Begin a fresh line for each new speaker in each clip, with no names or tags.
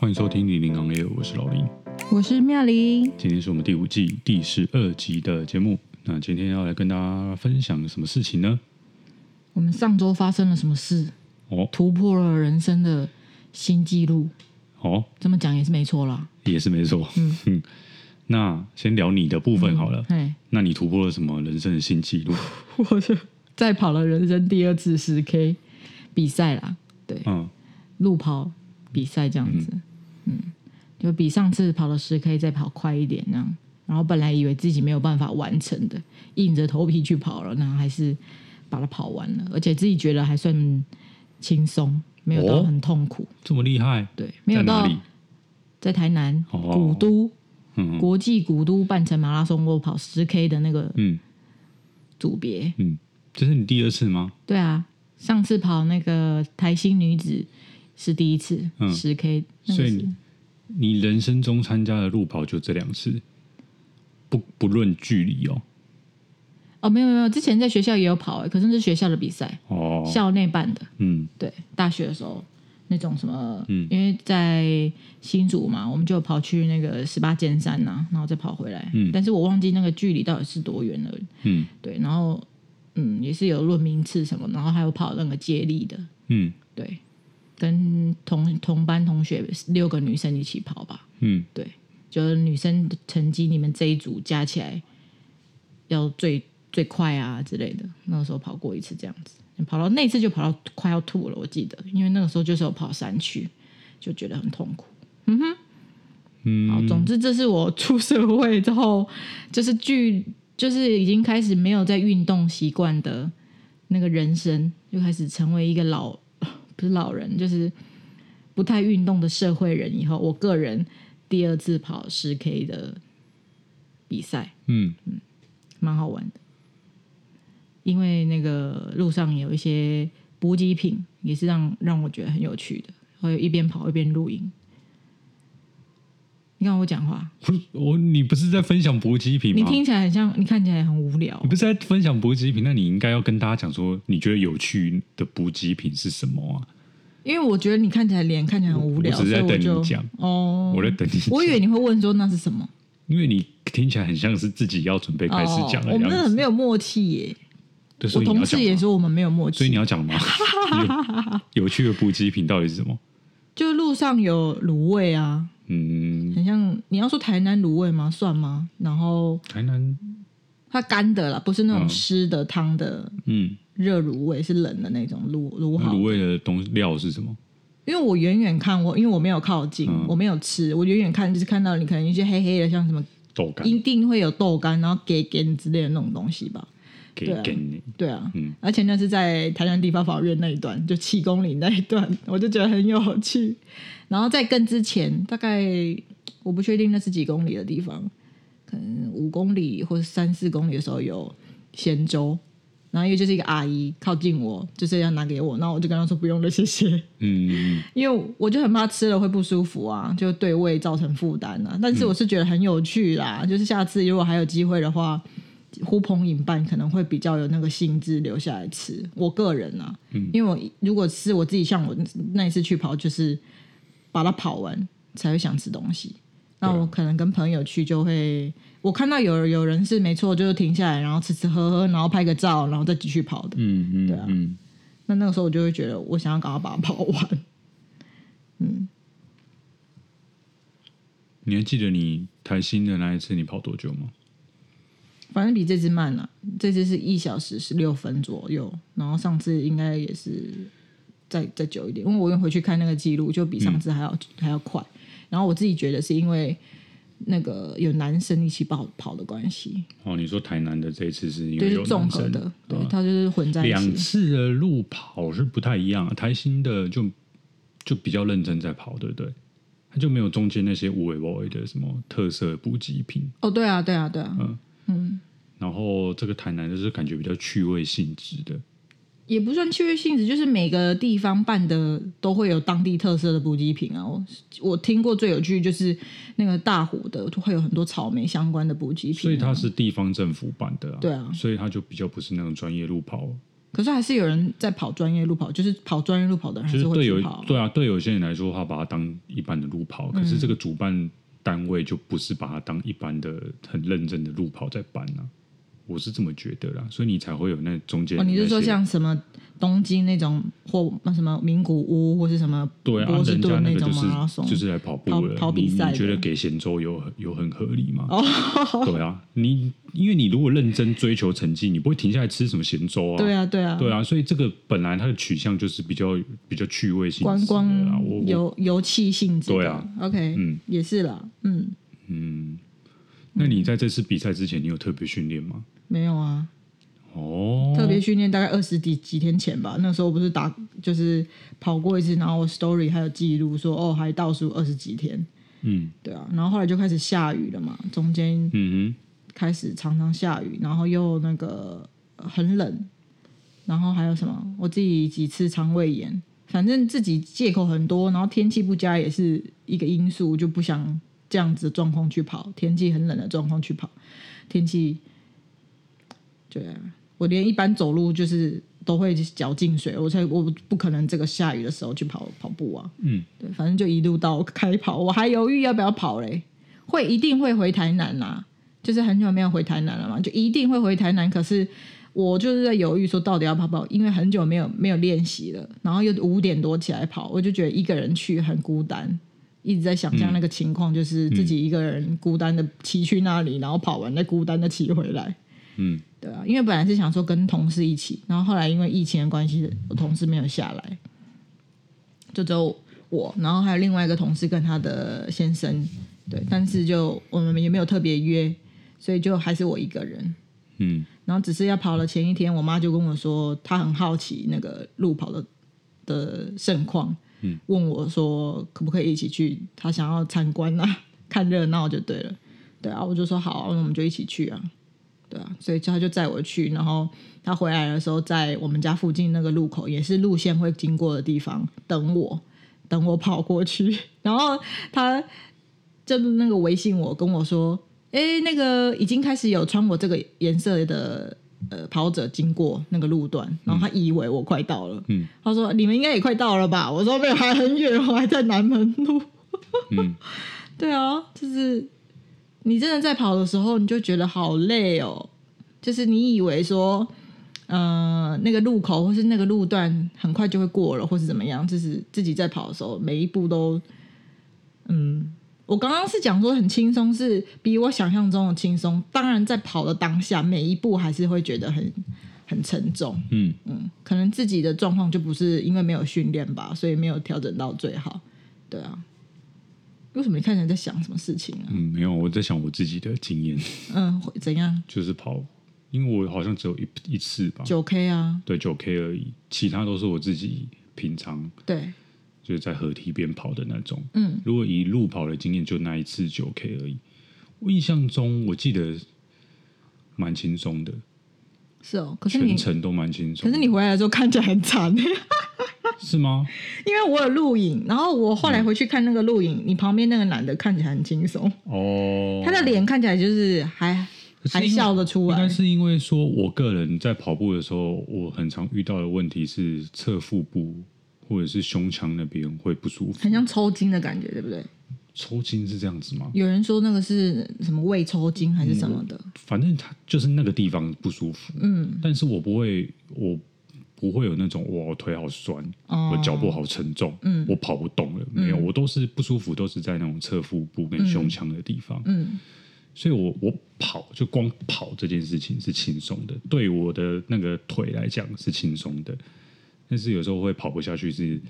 欢迎收听《零零昂 A》，我是老林。
我是妙玲。
今天是我们第五季第十二集的节目。那今天要来跟大家分享什么事情呢？
我们上周发生了什么事？
哦
突破了人生的新纪录，
哦，
这么讲也是没错啦。
也是没错。 嗯，那先聊你的部分好了。
嘿，
那你突破了什么人生的新纪 录？
我就再跑了人生第二次十 K 比赛啦，对，
嗯，
路跑比赛这样子，嗯，就比上次跑了十 K 再跑快一点那样。然后本来以为自己没有办法完成的，硬着头皮去跑了，那还是把它跑完了，而且自己觉得还算轻松，没有到
哦
很痛苦，
这么厉害，
对，没有
在哪
到
里？
在台南
哦
古都、
嗯
国际古都半程马拉松，我跑十 K 的那个
嗯
组别。
嗯，这是你第二次吗？
对啊，上次跑那个台新女子是第一次
嗯
十 K，那
所
个
以
是
你你人生中参加的路跑就这两次，不不论距离哦。
哦没有没有，之前在学校也有跑、欸，可是是学校的比赛，
哦，
校内办的。
嗯
对，大学的时候那种什么，
嗯
因为在新竹嘛，我们就跑去那个十八尖山呐、然后再跑回来。
嗯
但是我忘记那个距离到底是多远了。
嗯
对，然后嗯，也是有论名次什么，然后还有跑那个接力的，
嗯
对，跟同同班同学六个女生一起跑吧，
嗯，
对，就是女生的成绩，你们这一组加起来要最最快啊之类的。那个时候跑过一次这样子，跑到那一次就跑到快要吐了，我记得，因为那个时候就是有跑山区，就觉得很痛苦。嗯哼，好，总之这是我出社会之后，就是距就是已经开始没有在运动习惯的那个人生，就开始成为一个老不是老人，就是不太运动的社会人。以后，我个人第二次跑十 K 的比赛，
嗯
蛮好玩的，因为那个路上有一些补给品，也是让让我觉得很有趣的，会一边跑一边露营。你看我讲话，
不是 我，你不是在分享补给品吗？
你听起来很像，你看起来很无聊
你。不是在分享补给品，那你应该要跟大家讲说，你觉得有趣的补给品是什么啊？
因为我觉得你看起来脸看起来很无聊，
我我只是在
所以我
等你
就
讲
哦，
我在等你讲，
我以为你会问说那是什么，
因为你听起来很像是自己要准备开始讲
哦，
的
我们
样
真的很
子。
没有默契耶。
对，所
我
以你要
同
讲
事也
吗，
说我们没有默
所以你
契，
要讲吗？ 有有趣的补给品到底是什么？
就路上有卤味啊，
嗯，
很像你要说台南卤味吗？算吗？然后
台南，
它干的啦，不是那
嗯
种湿的汤的
嗯，
热卤味，是冷的那种卤卤
那
好
卤。味的东料是什么？
因为我远远看我，因为我没有靠近，
嗯
我没有吃，我远远看就是看到你可能一些黑黑的，像什么
豆干，
一定会有豆干，然后给给之类的那种东西吧。
给
对啊
给你，
对啊，
嗯
而且那是在台南地方法院那一段，就七公里那一段，啊我就觉得很有趣。然后在更之前，大概我不确定那是几公里的地方，可能五公里或者三四公里的时候有咸粥，然后因为就是一个阿姨靠近我，就是要拿给我，然后我就跟她说不用了，谢谢，
嗯，
因为我就很怕吃了会不舒服啊，就对胃造成负担啊。但是我是觉得很有趣啦，就是下次如果还有机会的话，呼朋引伴可能会比较有那个兴致留下来吃。我个人啊，因为我如果是我自己，像我那一次去跑，就是把它跑完才会想吃东西。那我可能跟朋友去就会，我看到有有人是没错，就是停下来，然后吃吃喝喝，然后拍个照，然后再继续跑的。
嗯嗯
啊
嗯嗯，
那那个时候我就会觉得，我想要赶快把它跑完。
你还记得你台新的那一次你跑多久吗？
反正比这只慢了、啊这只是一小时十六分左右，然后上次应该也是再再久一点，因为我又回去看那个记录，就比上次还要、
嗯
还要快。然后我自己觉得是因为那个有男生一起跑跑的关系，
哦，你说台南的这一次是因
对，
为
是
有
综
男
合
生
的，对
啊，
它就是混在一
两
起。
次的路跑是不太一样，啊台新的就就比较认真在跑，对不对？它就没有中间那些无为不为的什么特色补给品，
哦，对啊，对啊，对啊，
然后这个台南就是感觉比较趣味性质的，
也不算趣味性质，就是每个地方办的都会有当地特色的补给品啊。我我听过最有趣就是那个大湖的，会有很多草莓相关的补给品啊、
所以它是地方政府办的、啊，
对啊
所以它就比较不是那种专业路跑
可是还是有人在跑专业路跑，就是跑专业路跑的人还
就是是
会
对
去
有
跑啊。嗯
对啊，对有些人来说，他把它当一般的路跑，可是这个主办单位就不是把它当一般的很认真的路跑在办啊，我是这么觉得啦，所以你才会有那中间的
哦，
那
你
些、
是说像什么东京那种或什么名古屋或是什么
对啊，
波士
人家
顿
那个
种
就
马拉松？
是就是来跑步
跑
了，
跑比赛
你你觉
的
得给咸州有很有很合理吗？
哦，
对啊，你因为你如果认真追求成绩，你不会停下来吃什么咸粥啊。
对啊，对啊，
对啊，所以这个本来它的取向就是比较比较趣味性
观
质的啦。
光
我我
油油气性质的。
对啊
，OK，
嗯
也是啦，嗯，
那你在这次比赛之前，你有特别训练吗？
没有啊，
哦，
特别训练大概二十几几天前吧，那时候不是打就是跑过一次，然后我 story 还有记录说哦还倒数二十几天，
嗯
对啊，然后后来就开始下雨了嘛，中间
嗯
开始常常下雨，然后又那个呃很冷，然后还有什么我自己几次肠胃炎，反正自己借口很多，然后天气不佳也是一个因素，就不想这样子的状况去跑，天气很冷的状况去跑，天气，对啊，我连一般走路就是都会脚进水，我才我不可能这个下雨的时候去跑跑步啊，
嗯，
对，反正就一路到开跑，我还犹豫要不要跑嘞，会一定会回台南啦、啊就是很久没有回台南了嘛，就一定会回台南。可是我就是在犹豫说到底要不要跑，因为很久没有没有练习了，然后又五点多起来跑，我就觉得一个人去很孤单，一直在想象那个情况，就是自己一个人孤单的骑去那里，然后跑完再孤单的骑回来。
嗯，
对啊，因为本来是想说跟同事一起，然后后来因为疫情的关系，我同事没有下来，就只有我，然后还有另外一个同事跟他的先生，对，但是就我们也没有特别约，所以就还是我一个人。
哼嗯
然后只是要跑了前一天，我妈就跟我说，她很好奇那个路跑的的盛况，
嗯
问我说可不可以一起去，她想要参观啊， 看热闹就对了。对啊，我就说好啊，那我们就一起去啊。对啊，所以她就载我去，然后她回来的时候，在我们家附近那个路口，也是路线会经过的地方等我，等我跑过去。 然后她就那个微信我跟我说，哎，那个已经开始有穿我这个颜色的呃跑者经过那个路段，然后他以为我快到了，
嗯，
他说你们应该也快到了吧？我说没有，还很远，我还在南门路。
嗯，
对啊，就是你真的在跑的时候，你就觉得好累哦。就是你以为说，呃，那个路口或是那个路段很快就会过了，或是怎么样，就是自己在跑的时候，每一步都，嗯，我刚刚是讲说很轻松，是比我想象中的轻松。当然，在跑的当下，每一步还是会觉得很很沉重。
嗯
嗯，可能自己的状况就不是因为没有训练吧，所以没有调整到最好。对啊，为什么你看起来在想什么事情啊？
嗯，没有，我在想我自己的经验，
嗯，会怎样？
就是跑，因为我好像只有一一次吧，
九 K 啊，
对九 K 而已，其他都是我自己平常
对，
就是在河堤边跑的那种。
嗯，
如果以路跑的经验，就那一次九 K 而已。我印象中，我记得蛮轻松的，
是哦。可是你
全，程都蛮轻松
可
的。
是你回来的时候看起来很惨，
是吗？
因为我有录影，然后我后来回去看那个录影，你旁边那个男的看起来很轻松，
哦，
他的脸看起来就是还
可是因
还
为
笑得出
应该
来。
是因为说，我个人在跑步的时候，我很常遇到的问题是侧腹部或者是胸腔那边会不舒服。
很像抽筋的感觉，对不对？
抽筋是这样子吗？
有人说那个是什么胃抽筋还是什么的，
反正它就是那个地方不舒服。嗯，但是我不会，我不会有那种哇，我腿好酸，
哦
我脚步好沉重，
嗯
我跑不动了。没有，我都是不舒服，都是在那种侧腹部跟胸腔的地方。
嗯
所以我我跑就光跑这件事情是轻松的，对我的那个腿来讲是轻松的，但是有时候会跑不下去是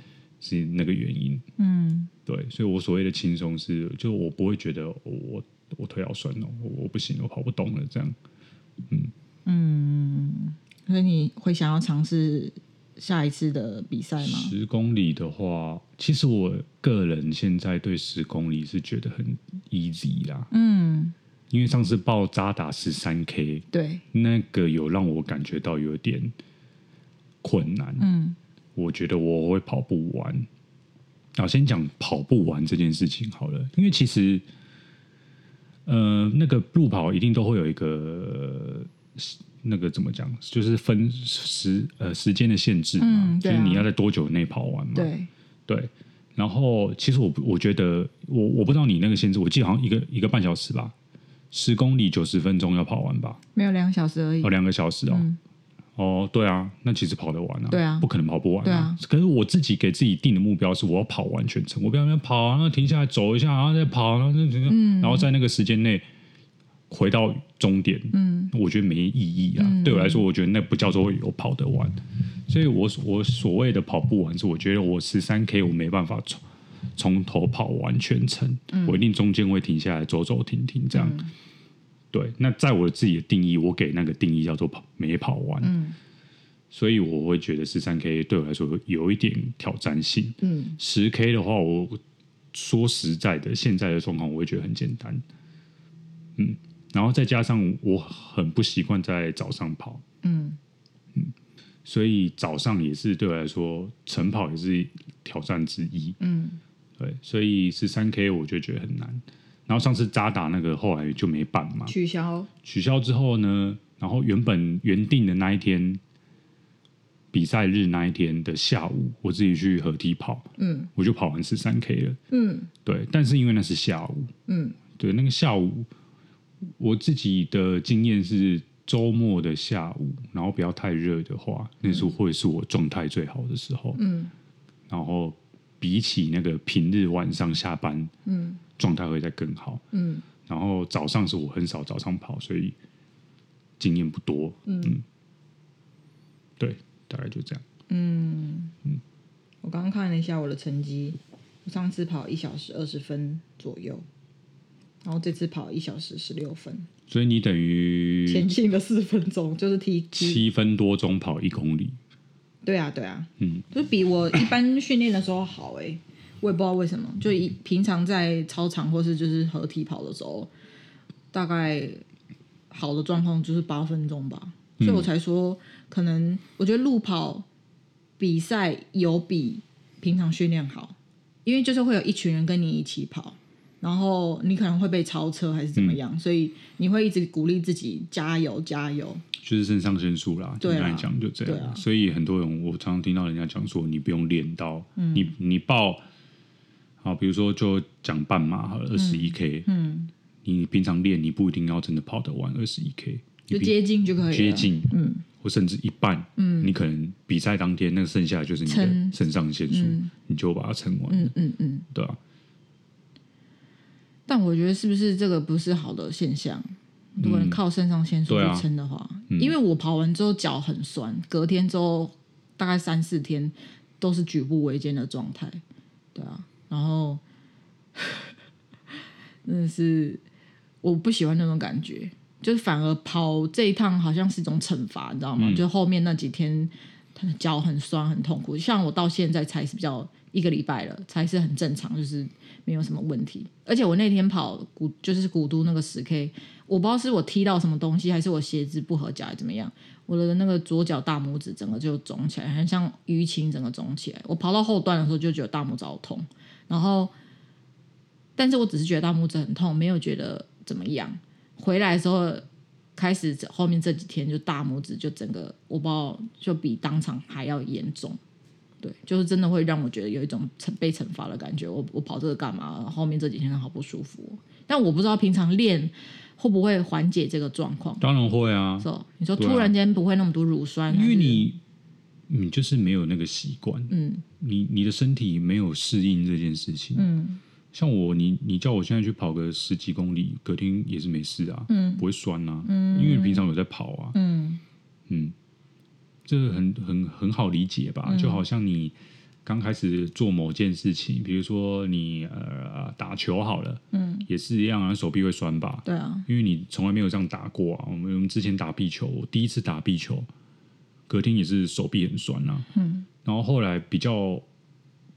是那个原因。
嗯，
对，所以我所谓的轻松是，就我不会觉得我我我腿好酸哦，我我不行，我跑不动了这样。
嗯所以你会想要尝试下一次的比赛吗？
十公里的话，其实我个人现在对十公里是觉得很 easy 啦，
嗯，
因为上次报扎达十三 K
对，
那个有让我感觉到有点困难，
嗯
我觉得我会跑不完。啊，先讲跑不完这件事情好了，因为其实，呃，那个路跑一定都会有一个那个怎么讲，就是分时呃时间的限制嘛，
嗯
就
对啊
是你要在多久内跑完嘛。
对，
对然后其实我不我觉得我我不知道你那个限制，我记得好像一个一个半小时吧，十公里九十分钟要跑完吧，
没有两个小时而已
哦，。两个小时哦。
嗯
哦，对啊，那其实跑得完啊，
对啊
不可能跑不完
对啊。
可是我自己给自己定的目标是，我要跑完全程，我不要在那边跑啊，然后停下来走一下，然后再跑，然后再
嗯
然后在那个时间内回到终点，
嗯，
我觉得没意义啊。对我来说，我觉得那不叫做有跑得完。所以我所我所谓的跑不完，是我觉得我十三 K 我没办法从从头跑完全程，
嗯
我一定中间会停下来走走停停这样。对，那在我自己的定义，我给那个定义叫做跑没跑完。
嗯
所以我会觉得十三 K 对我来说有一点挑战性。
嗯，
十 K 的话，我说实在的，现在的状况我会觉得很简单。嗯，然后再加上我很不习惯在早上跑，
嗯
所以早上也是对我来说晨跑也是挑战之一。
嗯
对，所以十三 K 我就觉得很难。然后上次扎打那个后来就没办嘛，
取消。
取消之后呢，然后原本原定的那一天比赛日那一天的下午，我自己去合体跑，
嗯
我就跑完十三 K 了。
嗯
对，但是因为那是下午，
嗯
对，那个下午我自己的经验是周末的下午，然后不要太热的话，那时候会是我状态最好的时候。
嗯
然后比起那个平日晚上下班，
嗯
状态会再更好。
嗯
然后早上是我很少早上跑，所以经验不多。嗯对，大概就这样。
嗯。我刚刚看了一下我的成绩，我上次跑一小时二十分左右，然后这次跑一小时十六分，
所以你等于
前进了四分钟，就是提提
七分多钟跑一公里，
对啊，对啊，
嗯，
就比我一般训练的时候好哎、我也不知道为什么，就一平常在操场或是就是合体跑的时候，大概好的状况就是八分钟吧，所以我才说，可能我觉得路跑比赛有比平常训练好，因为就是会有一群人跟你一起跑。然后你可能会被超车还是怎么样，
嗯
所以你会一直鼓励自己加油加油。
就是肾上腺素啦。
对啊
简单来讲就这
对
样。
啊
所以很多人，我常常听到人家讲说，你不用练到，
嗯
你你报好，比如说就讲半马二十一 K，
嗯，
你平常练你不一定要真的跑得完二十一 K，你
就
平
接近就可以了。
接近，
嗯，
或甚至一半，嗯，你可能比赛当天那个剩下的就是你的
撑
肾上腺素，你就把它撑完，
嗯嗯嗯。
对啊，
但我觉得是不是这个不是好的现象？如果你靠肾上腺
嗯
素
对啊
去撑的话，因为我跑完之后脚很酸，隔天之后大概三四天都是举步维艰的状态，对啊，然后 真的是我不喜欢那种感觉，就是反而跑这一趟好像是一种惩罚，你知道
嗯
吗？就后面那几天脚很酸很痛苦，像我到现在才是比较一个礼拜了，才是很正常，就是没有什么问题。而且我那天跑古就是古都那个十 K，我不知道是我踢到什么东西，还是我鞋子不合脚，还是怎么样，我的那个左脚大拇指整个就肿起来，很像淤青，整个肿起来。我跑到后段的时候就觉得大拇指好痛，然后，但是我只是觉得大拇指很痛，没有觉得怎么样。回来的时候。开始后面这几天就大拇指就整个我不知道就比当场还要严重，对，就是真的会让我觉得有一种惩被惩罚的感觉。我我跑这个干嘛？后面这几天好不舒服哦、但我不知道平常练会不会缓解这个状况。
当然会啊，
So, 你说
对啊
突然间不会那么多乳酸，
因
还
为
是
你你就是没有那个习惯，
嗯
你你的身体没有适应这件事情，
嗯
像我，你你叫我现在去跑个十几公里，隔天也是没事啊，不会酸啊，因为平常有在跑啊，
嗯
嗯，这个很很很好理解吧？
嗯
就好像你刚开始做某件事情，比如说你呃打球好了，
嗯，
也是一样啊，手臂会酸吧？
对啊，
因为你从来没有这样打过啊。我们我们之前打壁球，我第一次打壁球，隔天也是手臂很酸啊。
嗯，
然后后来比较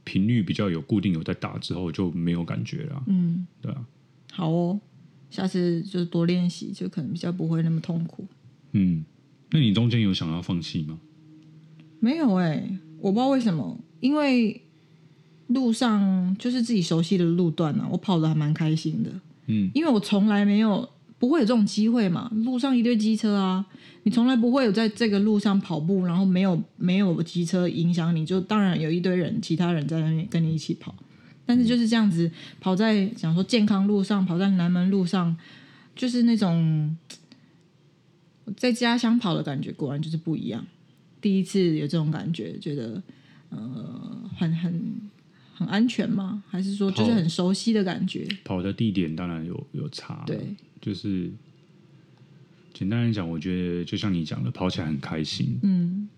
频率比较有固定有在打之后就没有感觉了啊，
嗯，
对啊，
好哦，下次就多练习，就可能比较不会那么痛苦。
嗯。那你中间有想要放弃吗？
没有哎、我不知道为什么，因为路上就是自己熟悉的路段啊，我跑的还蛮开心的。
嗯，
因为我从来没有不会有这种机会嘛。路上一堆机车啊，你从来不会有在这个路上跑步，然后没有没有机车影响你，就当然有一堆人，其他人在那边跟你一起跑。但是就是这样子，跑在想说健康路上，跑在南门路上，就是那种在家乡跑的感觉，果然就是不一样。第一次有这种感觉，觉得呃，很很很安全吗？还是说就是
跑
很熟悉的感觉？
跑的地点当然有有差，
对，
就是简单来讲，我觉得就像你讲的，跑起来很开心，
嗯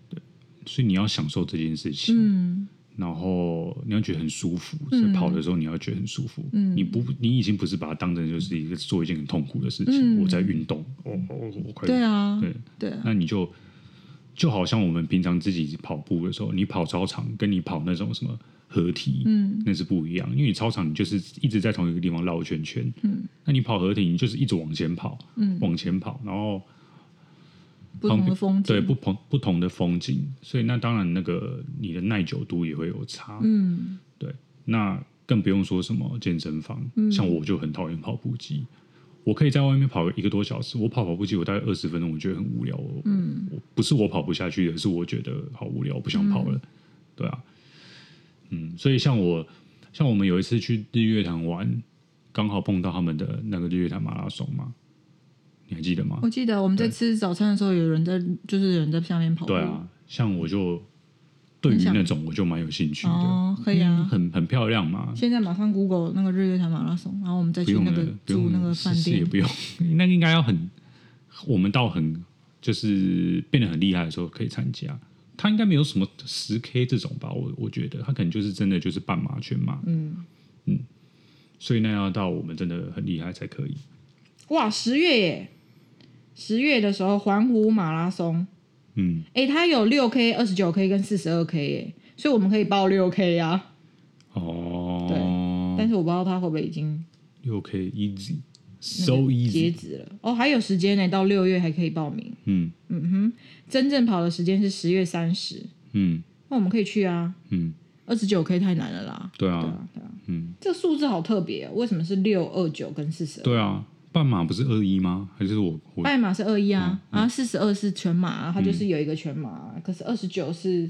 所以你要享受这件事情，
嗯
然后你要觉得很舒服，是跑的时候你要觉得很舒服，
嗯
你不，你已经不是把它当成就是一个做一件很痛苦的事情，
嗯
我在运动，哦，哦我快，
对啊，
对
对啊，
那你就就好像我们平常自己跑步的时候，你跑操场跟你跑那种什么合体，
嗯，
那是不一样，因为你操场你就是一直在同一个地方绕圈圈，嗯，那你跑合体你就是一直往前跑，
嗯，
往前跑，然后
不同的风景，
对不同不同的风景，所以那当然那个你的耐久度也会有差，
嗯
对，那更不用说什么健身房，
嗯
像我就很讨厌跑步机。我可以在外面跑一个多小时，我跑跑步机我大概二十分钟，我觉得很无聊。嗯，我不是我跑不下去，而是我觉得好无聊，我不想跑了。对啊，嗯，所以像我，像我们有一次去日月潭玩，刚好碰到他们的那个日月潭马拉松嘛，你还记得吗？
我记得我们在吃早餐的时候，有人在，就是有人在下面跑步。
对啊，像我就对于
很想
那种我就蛮有兴趣的，嗯
哦，可以啊。
很很漂亮嘛，
现在马上 Google 那个日月潭马拉松，然后我们再
不
去
用
那个
了不
住
用
那个
是
饭
是也
店。
不用， 那个应该要很，我们到很就是变得很厉害的时候可以参加。他应该没有什么十 K 这种吧，我我觉得他可能就是真的就是半马全马，嗯嗯，所以那要到我们真的很厉害才可以。
哇，十月耶！十月的时候，环湖马拉松，
嗯，
哎，它有六 K、二十九 K 跟四十二 K 耶，所以我们可以报六 K 啊。
哦，
但是我不知道它会不会已经
六 K easy，so
截
easy，
止了。哦，还有时间呢，到六月还可以报名。
嗯
真正跑的时间是十月三十，
嗯
那我们可以去啊。
嗯，
二十九 K 太难了啦。
对
对
啊，
啊，对啊，
嗯，
这数字好特别、哦，为什么是六二九跟四十二？
对啊，半马不是二一吗？还是我我
半马是二一啊，然后四十二是全马、啊，它就是有一个全马啊、可是二十九是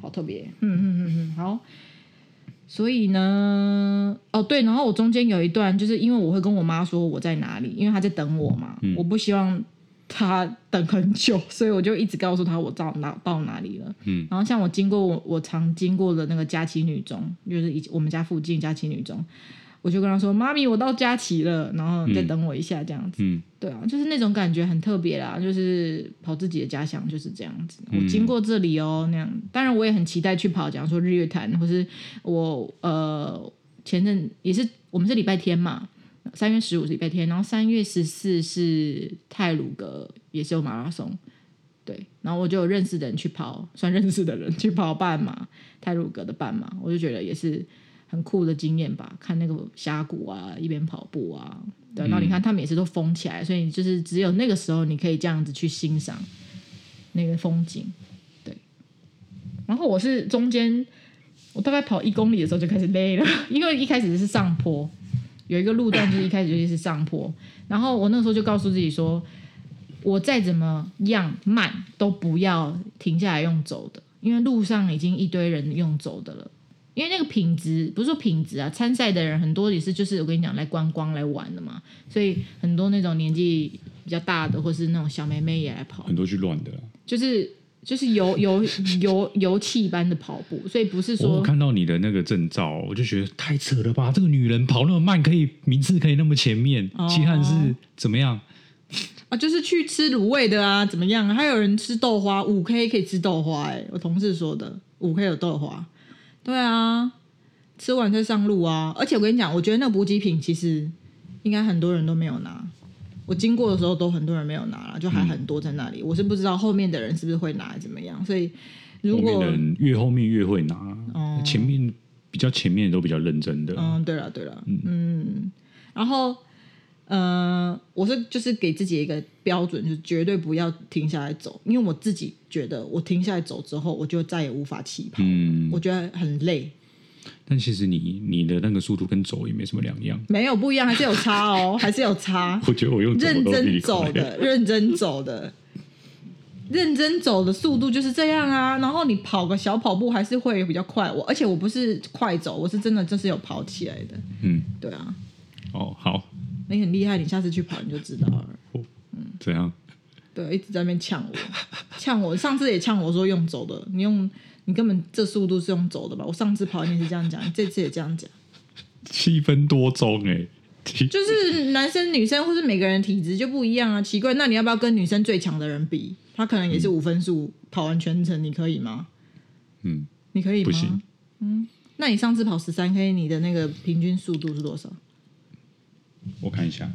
好特别，嗯嗯嗯嗯，好。所以呢，哦对，然后我中间有一段，就是因为我会跟我妈说我在哪里，因为她在等我嘛，我不希望她等很久， 所以我就一直告诉她我到哪到哪里了。嗯，然后像我经过我我常经过的那个佳琪女中，就是以我们家附近佳琪女中，我就跟她说：“妈咪，我到佳琪了，然后你再等我一下，这样子。
嗯
对啊，就是那种感觉很特别啦，就是跑自己的家乡就是这样子。我经过这里哦，那样。当然，我也很期待去跑，假如说日月潭，或是我呃前阵也是我们是礼拜天嘛，三月十五是礼拜天，然后三月十四是泰鲁格也是有马拉松，对，然后我就有认识的人去跑，算认识的人去跑半马，泰鲁格的半马，我就觉得也是很酷的经验吧。看那个峡谷啊，一边跑步啊，对，然后你看他们也是都封起来，所以就是只有那个时候你可以这样子去欣赏那个风景，对。然后我是中间，我大概跑一公里的时候就开始累了， 因为一开始是上坡，有一个路段就是一开始就是上坡，然后我那个时候就告诉自己说，我再怎么样慢都不要停下来用走的，因为路上已经一堆人用走的了。因为那个品质不是说品质啊，参赛的人很多也是就是我跟你讲来观光来玩的嘛，所以很多那种年纪比较大的或是那种小妹妹也来跑，
很多去乱的啦。
就是就是 油油油油气般的跑步，所以不是
我
说
看到你的那个证照，我就觉得太扯了吧！这个女人跑那么慢，可以名次可以那么前面，
哦
其他人是怎么样？
啊，就是去吃卤味的啊，怎么样？还有人吃豆花，五 K 可以吃豆花、欸，我同事说的，五 K 有豆花，对啊，吃完再上路啊。而且我跟你讲，我觉得那个补给品其实应该很多人都没有拿，我经过的时候都很多人没有拿了，就
嗯
还很多在那里。我是不知道后面的人是不是会拿怎么样，所以如
后面
果哦
的人越后面越会拿，前面比较前面都比较认真的。
嗯，对了对了，嗯，然后呃，我是就是给自己一个标准，就是绝对不要停下来走，因为我自己觉得我停下来走之后，我就再也无法起跑，
嗯，
我觉得很累。
但其实你你的那个速度跟走也没什么两样。
没有不一样，还是有差哦，还是有 差。
我觉得我用走
认
都比
真
你
走
快，
的，认真走的，认真走的速度就是这样啊。然后你跑个小跑步还是会比较快。我而且我不是快走，我是真的就是有跑起来的。
嗯，
对啊，
哦，好，
你很厉害，你下次去跑你就知道了。
怎样？
对，一直在那边呛我，呛我。上次也呛我说用走的，你用你根本这速度是用走的吧？我上次跑你也是这样讲，你这次也这样讲。
七分多钟哎、七
就是男生女生或是每个人体质就不一样啊，奇怪，那你要不要跟女生最强的人比？他可能也是五分速、跑完全程，你可以吗？
嗯，
你可以吗？嗯
不行。
那你上次跑十三 K，你的那个平均速度是多少？
我看一下，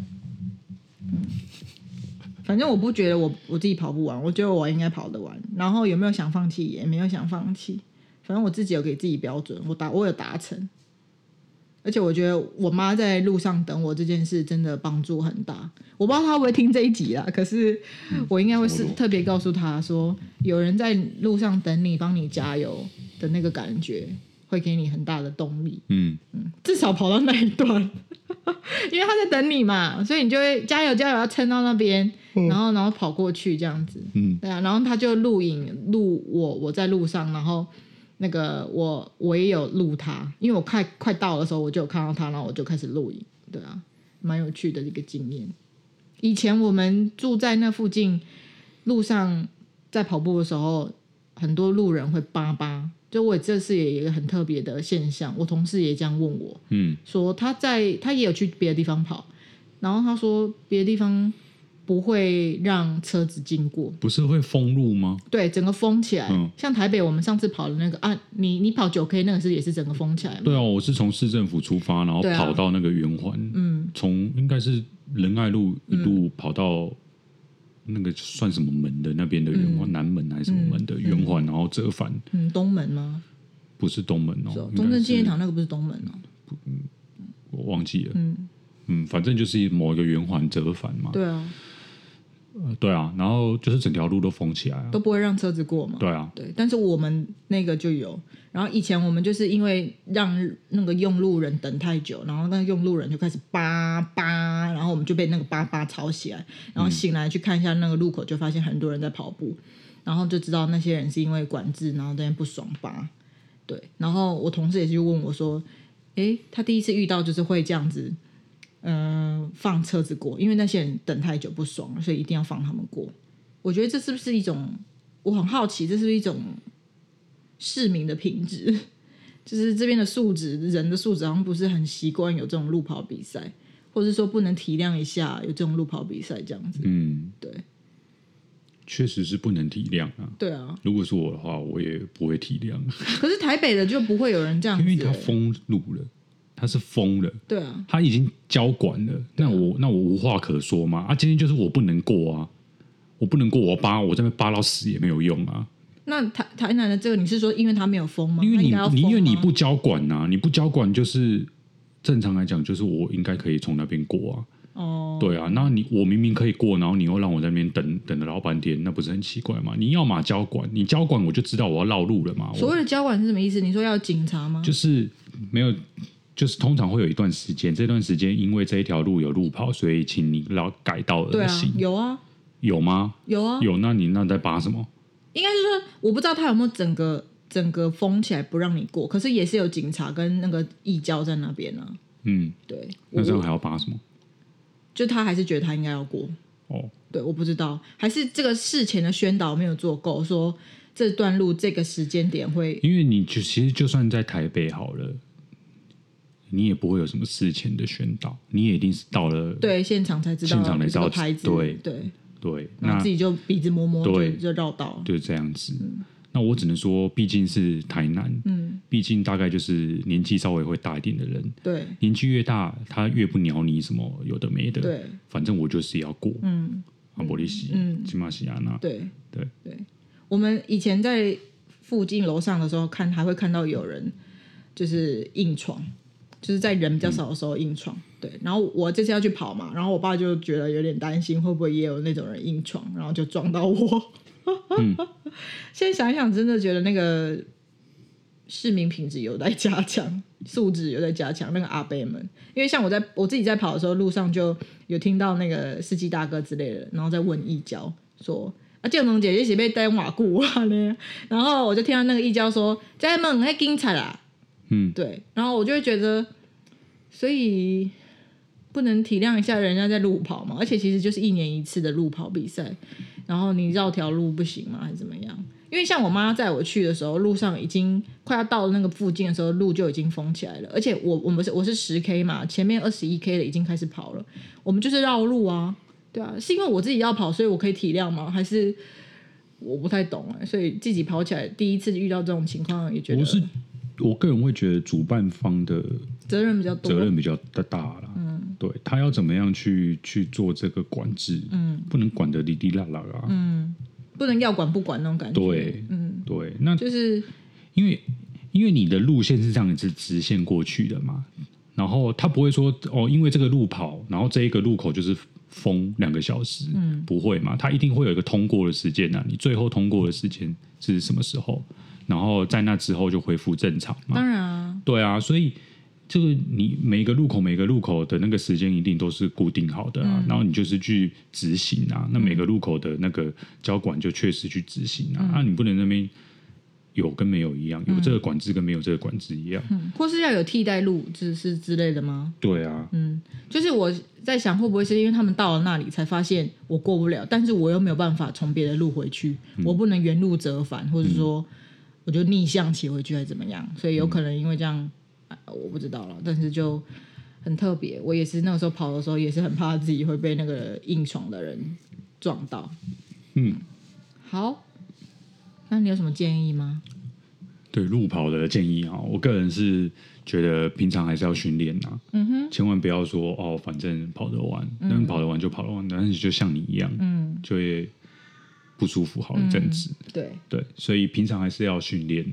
反正我不觉得我我自己跑不完，我觉得我应该跑得完。然后有没有想放弃？也没有想放弃。反正我自己有给自己标准，我达我有达成。而且我觉得我妈在路上等我这件事真的帮助很大。我不知道她会不会听这一集啦，可是我应该会是
差不多
特别告诉她说，有人在路上等你，帮你加油的那个感觉，会给你很大的动力。
嗯，
至少跑到那一段， 因为他在等你嘛，所以你就会加油加油，要撑到那边，然后然后跑过去这样子，
嗯，
对啊，然后他就录影录我，我在路上，然后那个我我也有录他，因为我快快到的时候我就有看到他，然后我就开始录影，对啊，蛮有趣的一个经验。以前我们住在那附近，路上在跑步的时候，很多路人会巴巴。就我这次也有一个很特别的现象，我同事也这样问我，
嗯，
说他在他也有去别的地方跑，然后他说别的地方不会让车子经过，
不是会封路吗？
对，整个封起来。
嗯
像台北我们上次跑的那个啊，你你跑九 K 那个是也是整个封起来嘛，
对啊，我是从市政府出发，然后
对啊
跑到那个圆环，
嗯，
从应该是仁爱路一路跑到那个算什么门的那边的圆环，南门还是什么门的圆环，然后折返，
嗯，东门吗？
不是东门哦
是哦，
应该
中正纪念
是
堂那个不是东门哦，
我忘记了，
嗯，
嗯，反正就是某一个圆环折返嘛，
对啊，
呃对啊，然后就是整条路都封起来啊
都，不会让车子过嘛。
对啊，
对，但是我们那个就有。然后以前我们就是因为让那个用路人等太久，然后那个用路人就开始叭叭，然后我们就被那个叭叭吵起来，然后醒来去看一下那个路口，就发现很多人在跑步，然后就知道那些人是因为管制，然后在那边不爽叭。对，然后我同事也去问我说：“诶，他第一次遇到就是会这样子，嗯、放车子过，因为那些人等太久不爽了，所以一定要放他们过。”我觉得这是不是一种我很好奇，这是不是一种市民的品质，就是这边的素质，人的素质好像不是很习惯有这种路跑比赛，或者说不能体谅一下有这种路跑比赛这样子。
嗯，
对，
确实是不能体谅啊。
对啊，
如果是我的话，我也不会体谅，
可是台北的就不会有人这样
因为
子、
他
啊欸。
封路了，他是封了。
对啊，
他已经交管了，那
嗯
我那我无话可说嘛？啊，今天就是我不能过啊，我不能过，我扒我这边扒到死也没有用啊，
那台台南的这个，你是说因为他没有封吗？
因为
哦他应
你
该要封
你因为你
吗
不交管呐、你不交管就是正常来讲就是我应该可以从那边过啊，
哦，
对啊，那你我明明可以过，然后你又让我在那边等等了老半天，那不是很奇怪吗？你要嘛交管，你交管我就知道我要绕路了嘛，
所
我
谓的交管是什么意思？你说要警察吗？
就是没有。就是通常会有一段时间，这段时间因为这一条路有路跑，所以请你绕改道
对
而
啊
行，，
有啊，
有吗？
有啊，
有，那你那在扒什么？
应该是说，我不知道他有没有整个整个封起来不让你过，可是也是有警察跟那个义交在那边啊。
嗯，
对，我
那这样还要扒什么？
就他还是觉得他应该要过。
哦，
对，我不知道，还是这个事前的宣导没有做够，说这段路这个时间点会
因为你就其实就算在台北好了，你也不会有什么事前的宣导，你也一定是到了
对现场才知道
现场才
有
知
这
道
个牌子，
对
对，
对，
然后
那
自己就鼻子摸摸就
对
就绕道了。
就这样子。那我只能说，毕竟是台南，
嗯，
毕竟大概就是年纪稍微会大一点的人，
对
年纪越大，他越不鸟你什么有的没的。，
对
反正我就是要过。啊
嗯，
阿伯利西、
嗯
金马西亚那，
对
对
对，我们以前在附近楼上的时候看，还会看到有人就是硬闯，就是在人比较少的时候硬闯。对，然后我这次要去跑嘛，然后我爸就觉得有点担心，会不会也有那种人硬闯，然后就 撞到我。现在想一想，真的觉得那个市民品质有待加强， 素质有待加强。那个阿伯们，因为像我在我自己在跑的时候，路上就有听到那个司机大哥之类的，然后在问义交说：“啊，建龙姐姐是被带瓦固啊呢。”然后我就听到那个义交说：“在问还警察啦。”
嗯，
对，然后我就会觉得，所以不能体谅一下人家在路跑嘛，而且其实就是一年一次的路跑比赛，然后你绕条路不行吗？还是怎么样？因为像我妈载我去的时候，路上已经快要到那个附近的时候，路就已经封起来了。而且我我们是我是十 K 嘛，前面二十一 K 的已经开始跑了，我们就是绕路啊，对啊，是因为我自己要跑，所以我可以体谅吗？还是我不太懂哎、所以自己跑起来第一次遇到这种情况，也觉得
我是我个人会觉得主办方的
责任比较多，
责任比较大大啦。嗯，对他要怎么样去去做这个管制，嗯，不能管得哩哩啦啦啊。嗯，
不能要管不管那种感觉。，
对，嗯，对，那
就是
因为因为你的路线是这样子直线过去的嘛，然后他不会说哦，因为这个路跑，然后这一个路口就是封两个小时，嗯，不会嘛，他一定会有一个通过的时间啊呐、你最后通过的时间是什么时候？然后在那之后就恢复正常嘛，
当然啊，
对啊，所以这个你每个路口每个路口的那个时间一定都是固定好的啊，然后你就是去执行啊。那每个路口的那个交管就确实去执行啊，啊，你不能那边有跟没有一样，有这个管制跟没有这个管制一样。
嗯或是要有替代路，就是之类的吗？
对啊，
就是我在想，会不会是因为他们到了那里才发现我过不了，但是我又没有办法从别的路回去，
嗯
我不能原路折返，或者说我就逆向骑回去，还是怎么样？所以有可能因为这样，啊我不知道了。但是就很特别，我也是那个时候跑的时候，也是很怕自己会被那个硬闯的人撞到。
嗯，
好，那你有什么建议吗？
对路跑的建议啊，我个人是觉得平常还是要训练啊，嗯哼，千万不要说哦，反正跑得完，但跑得完就跑得完，但是就像你一样，嗯，就会不舒服好一阵子。
对，
对，所以平常还是要训练。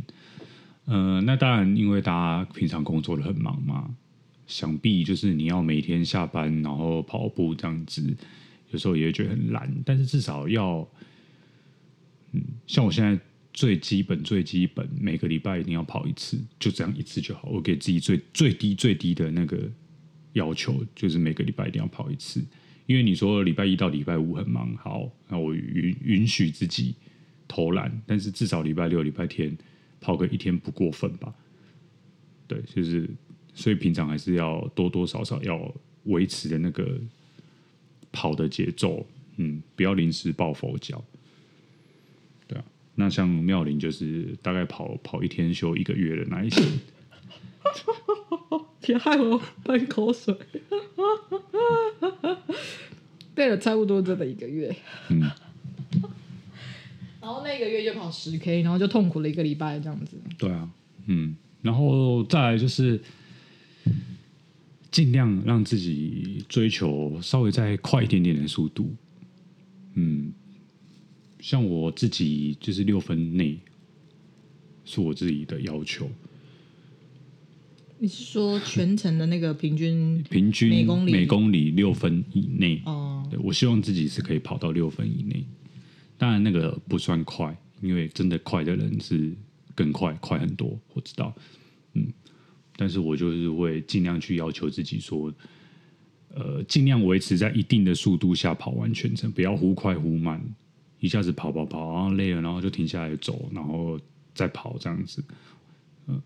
呃，那当然，因为大家平常工作的很忙嘛，想必就是你要每天下班然后跑步这样子，有时候也会觉得很懒，但是至少要，嗯，像我现在最基本最基本，每个礼拜一定要跑一次，就这样一次就好。我给自己最最低最低的那个要求，就是每个礼拜一定要跑一次。因为你说礼拜一到礼拜五很忙，好，那我允允许自己偷懒，但是至少礼拜六、礼拜天跑个一天不过分吧？对，就是所以平常还是要多多少少要维持的那个跑的节奏，嗯，不要临时抱佛脚。对啊，那像妙龄就是大概跑跑一天休一个月的那一些，
别害我喷口水。 对了，差不多真的一个月。
嗯
然后那个月就跑十 K，然后就痛苦了一个礼拜这样子。
对啊，嗯，然后再来就是尽量让自己追求稍微再快一点点的速度。嗯，像我自己就是六分内是我自己的要求，
你是说全程的那个平均？
平均
每公里
每公里六分以内。
哦，
对我希望自己是可以跑到六分以内，当然那个不算快，因为真的快的人是更快，快很多，我知道，嗯，但是我就是会尽量去要求自己说，呃，尽量维持在一定的速度下跑完全程，不要忽快忽慢，一下子跑跑跑，然后累了，然后就停下来走，然后再跑这样子，嗯、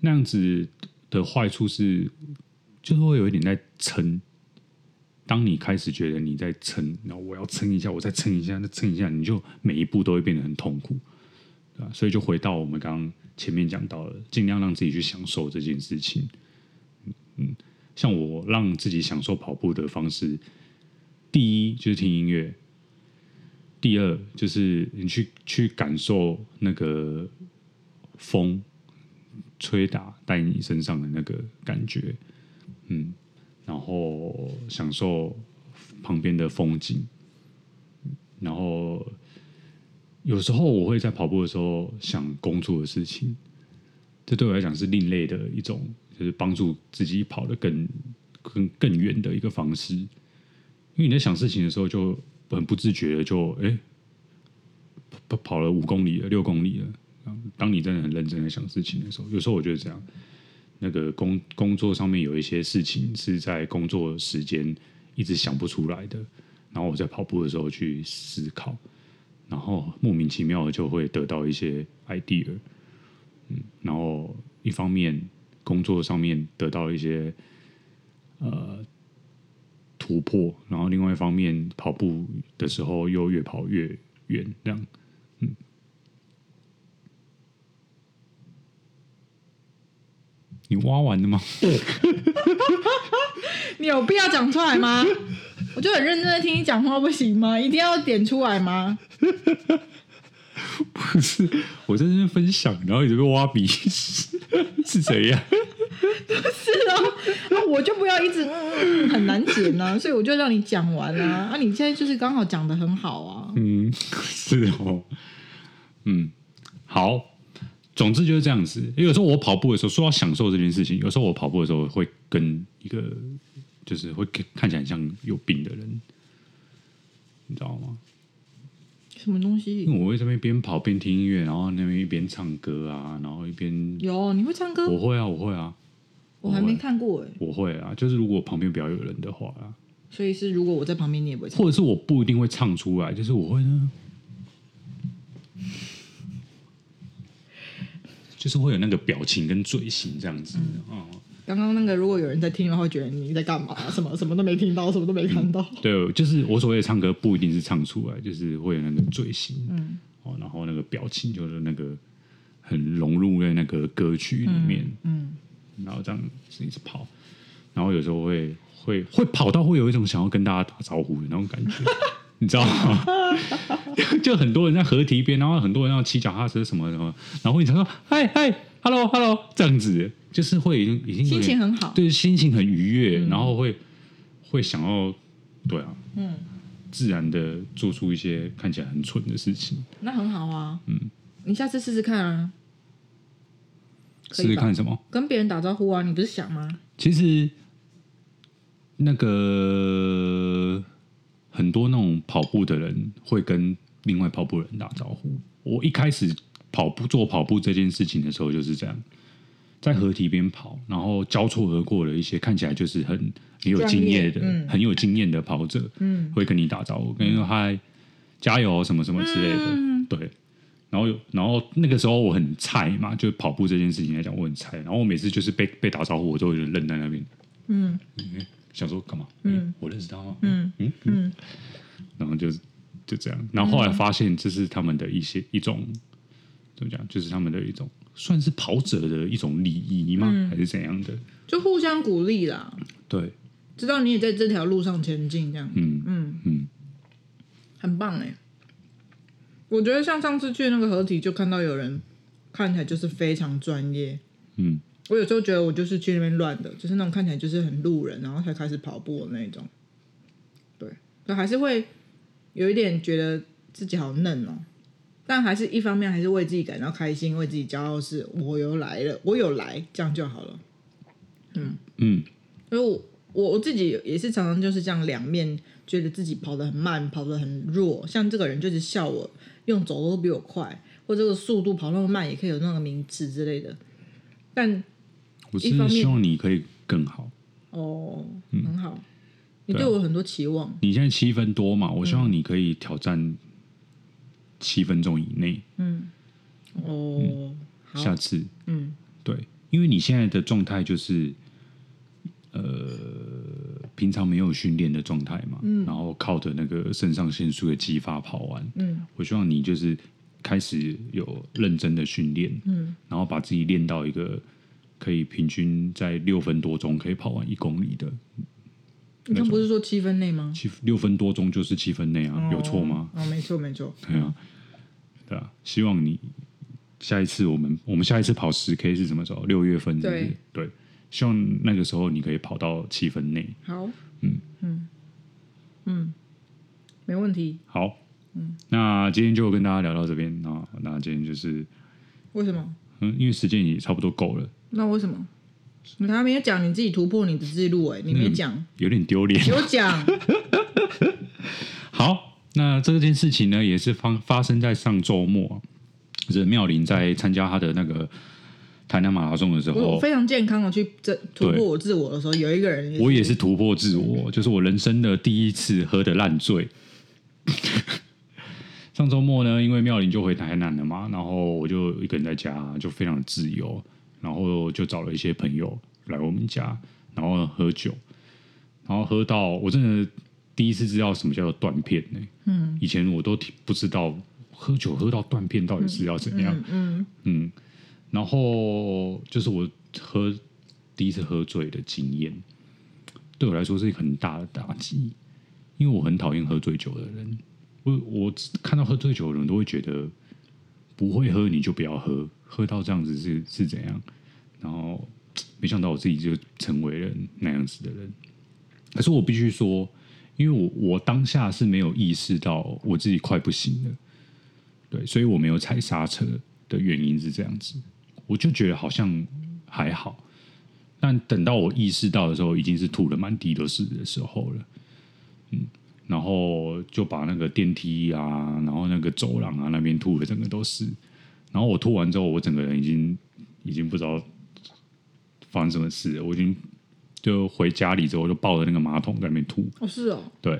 那样子的坏处是，就是会有一点在撑。当你开始觉得你在撑，然后我要撑一下，我再撑一下，再撑一下，你就每一步都会变得很痛苦，对吧？所以就回到我们刚刚前面讲到的，尽量让自己去享受这件事情。嗯，嗯像我让自己享受跑步的方式，第一就是听音乐，第二就是你去去感受那个风吹打在你身上的那个感觉，嗯。然后享受旁边的风景，然后有时候我会在跑步的时候想工作的事情，这对我来讲是另类的一种，就是帮助自己跑得更更更远的一个方式。因为你在想事情的时候，就很不自觉的就哎跑跑了五公里了，六公里了，当当你真的很认真的想事情的时候，有时候我觉得这样，那个工工作上面有一些事情是在工作时间一直想不出来的，然后我在跑步的时候去思考，然后莫名其妙地就会得到一些 idea，嗯，然后一方面工作上面得到一些呃突破，然后另外一方面跑步的时候又越跑越远，这样。你挖完了吗？
你有必要讲出来吗？我就很认真的听你讲话，不行吗？一定要点出来吗？
不是，我在这边分享，然后你这边挖鼻屎，是怎样？
是啊，啊我就不要一直、嗯嗯嗯很难剪呐、所以我就让你讲完啊。啊，你现在就是刚好讲的很好啊。
嗯， 是哦，嗯，好，总之就是这样子。因为有时候我跑步的时候，说到享受这件事情，有时候我跑步的时候会跟一个就是会看看起来很像有病的人，你知道吗？
什么东西
因？为我会这边边跑边听音乐，然后那边一边唱歌啊，然后一边
有你会唱歌？
我
我
会啊，我会啊，
还没看过哎、
我会啊，就是如果旁边比较有人的话啊，
所以是如果我在旁边，你也不会唱
或。者是我不一定会唱出来，就是我会呢，就是会有那个表情跟嘴型这样子。哦、
刚刚那个如果有人在听的话，会觉得你在干嘛？什么什么都没听到，什么都没看到。
对，就是我所谓的唱歌不一定是唱出来，就是会有那个嘴型，嗯，哦，然后那个表情就是那个很融入在那个歌曲里面，
嗯，
然后这样一直跑，然后有时候会会会跑到会有一种想要跟大家打招呼的那种感 觉，你知道吗？ 就很多人在河堤边，然后很多人要骑脚踏车什么什么，然后你想说嗨嗨，hello hello 这样子，就是会已经已经有
心
点
情很好嗯
对，心情很愉悦，然后会会想要对啊，嗯，自然的做出一些看起来很蠢的事情，
那很好啊。嗯，你下次试试看啊，
试
可以吧
试看什么。
跟别人打招呼啊，你不是想吗？
其实那个很多那种跑步的人会跟另外跑步的人打招呼。我一开始跑步做跑步这件事情的时候就是这样，在河堤边跑，然后交错而过的一些看起来就是很很有经验的、
专业嗯
很有经验的跑者，
嗯，
会跟你打招呼，跟你说嗨，加油什么什么之类的，
嗯
对。然后有，然后那个时候我很菜嘛，就跑步这件事情来讲，我很菜。然后我每次就是被被打招呼，我都有点愣在那边，
嗯
想说干嘛？嗯、
嗯
我认识他吗？
嗯
嗯
嗯，
然后就就这样。然后后来发现，这是他们的一些一种怎么讲，就是他们的一种算是跑者的一种礼仪吗？
嗯
还是怎样的？
就互相鼓励啦，
对，
知道你也在这条路上前进，这样，
嗯
嗯
嗯，
很棒哎、我觉得像上次去那个合体，就看到有人看起来就是非常专业。
嗯，
我有时候觉得我就是去那边乱的，就是那种看起来就是很路人，然后才开始跑步的那种。对，但还是会有一点觉得自己好嫩哦、但还是一方面还是为自己感到开心，为自己骄傲是，我又来了，我有来，这样就好了。
嗯，
因为我我我自己也是常常就是这样两面，觉得自己跑得很慢，跑得很弱。像这个人就是笑我用走路都比我快，或者这个速度跑那么慢也可以有那个名次之类的。但
我
一方
是
面
希望你可以更好。
哦，
嗯
很
啊
好，你对我有很多期望，
你现在七分多嘛，我希望你可以挑战七分钟以内，
哦，好
下次
嗯，
对，因为你现在的状态就是，呃，平常没有训练的状态嘛，然后靠着那个肾上腺素的激发跑完，
嗯，
我希望你就是开始有认真的训练，嗯，然后把自己练到一个可以平均在六分多钟可以跑完一公里的
你刚不是说七分内吗？
七六分多钟就是七分内啊，有错吗？
哦，没错没错，
对啊，对啊，希望你下一次我们我们下一次跑十 K 是什么时候？六月份是不是
对
对，希望那个时候你可以跑到七分内。
好，嗯嗯嗯，没问题。
好，那今天就跟大家聊到这边啊，那那今天就是
为什么？
嗯，因为时间也差不多够了，
那为什么？你还没有讲你自己突破你的记录
欸
哎，你没讲。
有点丢脸。
有 讲，
好，那这件事情呢，也是发发生在上周末啊。就是妙龄在参加他的那个台南马拉松的时
我
候，
非常健康的去这突破我自我的时候，有一个人
我也是突破自我，就是我人生的第一次喝的烂醉。 上周末呢，因为妙玲就回台南了嘛，然后我就一个人在家，就非常的自由，然后就找了一些朋友来我们家，然后喝酒，然后喝到我真的第一次知道什么叫做断片呢、嗯，以前我都挺不知道喝酒喝到断片到底是要怎样。
嗯
嗯，然后就是我喝第一次喝醉的经验，对我来说是一个很大的打击，因为我很讨厌喝醉酒的人。我我看到喝醉酒的人都会觉得，不会喝你就不要喝，喝到这样子是是怎样？然后没想到我自己就成为了那样子的人。可是我必须说，因为我我当下是没有意识到我自己快不行了，对，所以我没有踩刹车的原因是这样子，我就觉得好像还好，但等到我意识到的时候，已经是吐的满地都是的时候了，嗯，然后就把那个电梯啊，然后那个走廊啊那边吐的整个都是，然后我吐完之后，我整个人已经已经不知道发生什么事了，我已经就回家里之后就抱着那个马桶在那边吐，
哦是哦，
对，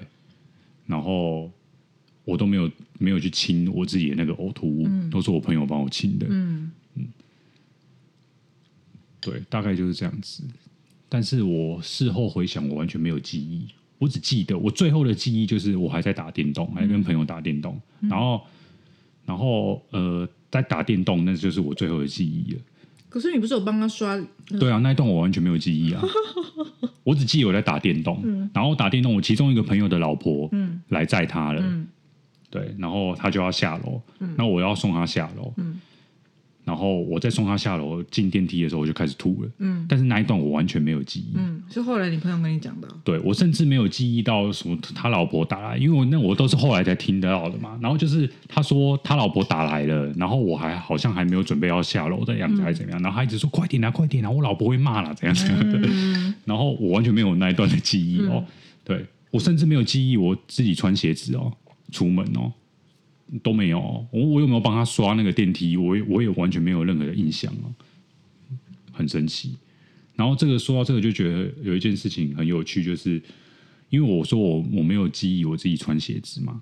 然后我都没有没有去清我自己的那个呕吐物，都是我朋友帮我清的。嗯对，大概就是这样子。但是我事后回想，我完全没有记忆，我只记得我最后的记忆就是我还在打电动，还跟朋友打电动，然后然后呃，在打电动，那就是我最后的记忆了。
可是你不是有帮他刷？
对啊，那一段我完全没有记忆啊，我只记得我在打电动，然后打电动，我其中一个朋友的老婆来载他了，对，然后他就要下楼，那我要送他下楼，然后我再送他下楼进电梯的时候我就开始吐了，但是那一段我完全没有记忆，
嗯，是后来你朋友跟你讲的哦，
对我甚至没有记忆到什么他老婆打来，因为我那我都是后来才听得到的嘛。然后就是他说他老婆打来了，然后我还好像还没有准备要下楼的样子，还是怎么样？然后他一直说快点啊，快点啊，我老婆会骂啦，怎样怎样 的。然后我完全没有那一段的记忆哦， 对我甚至没有记忆我自己穿鞋子哦，出门哦都没有、哦。我我有没有帮他刷那个电梯？我也我也完全没有任何的印象哦，很神奇。然后这个说到这个，就觉得有一件事情很有趣，就是因为我说我我没有记忆我自己穿鞋子嘛，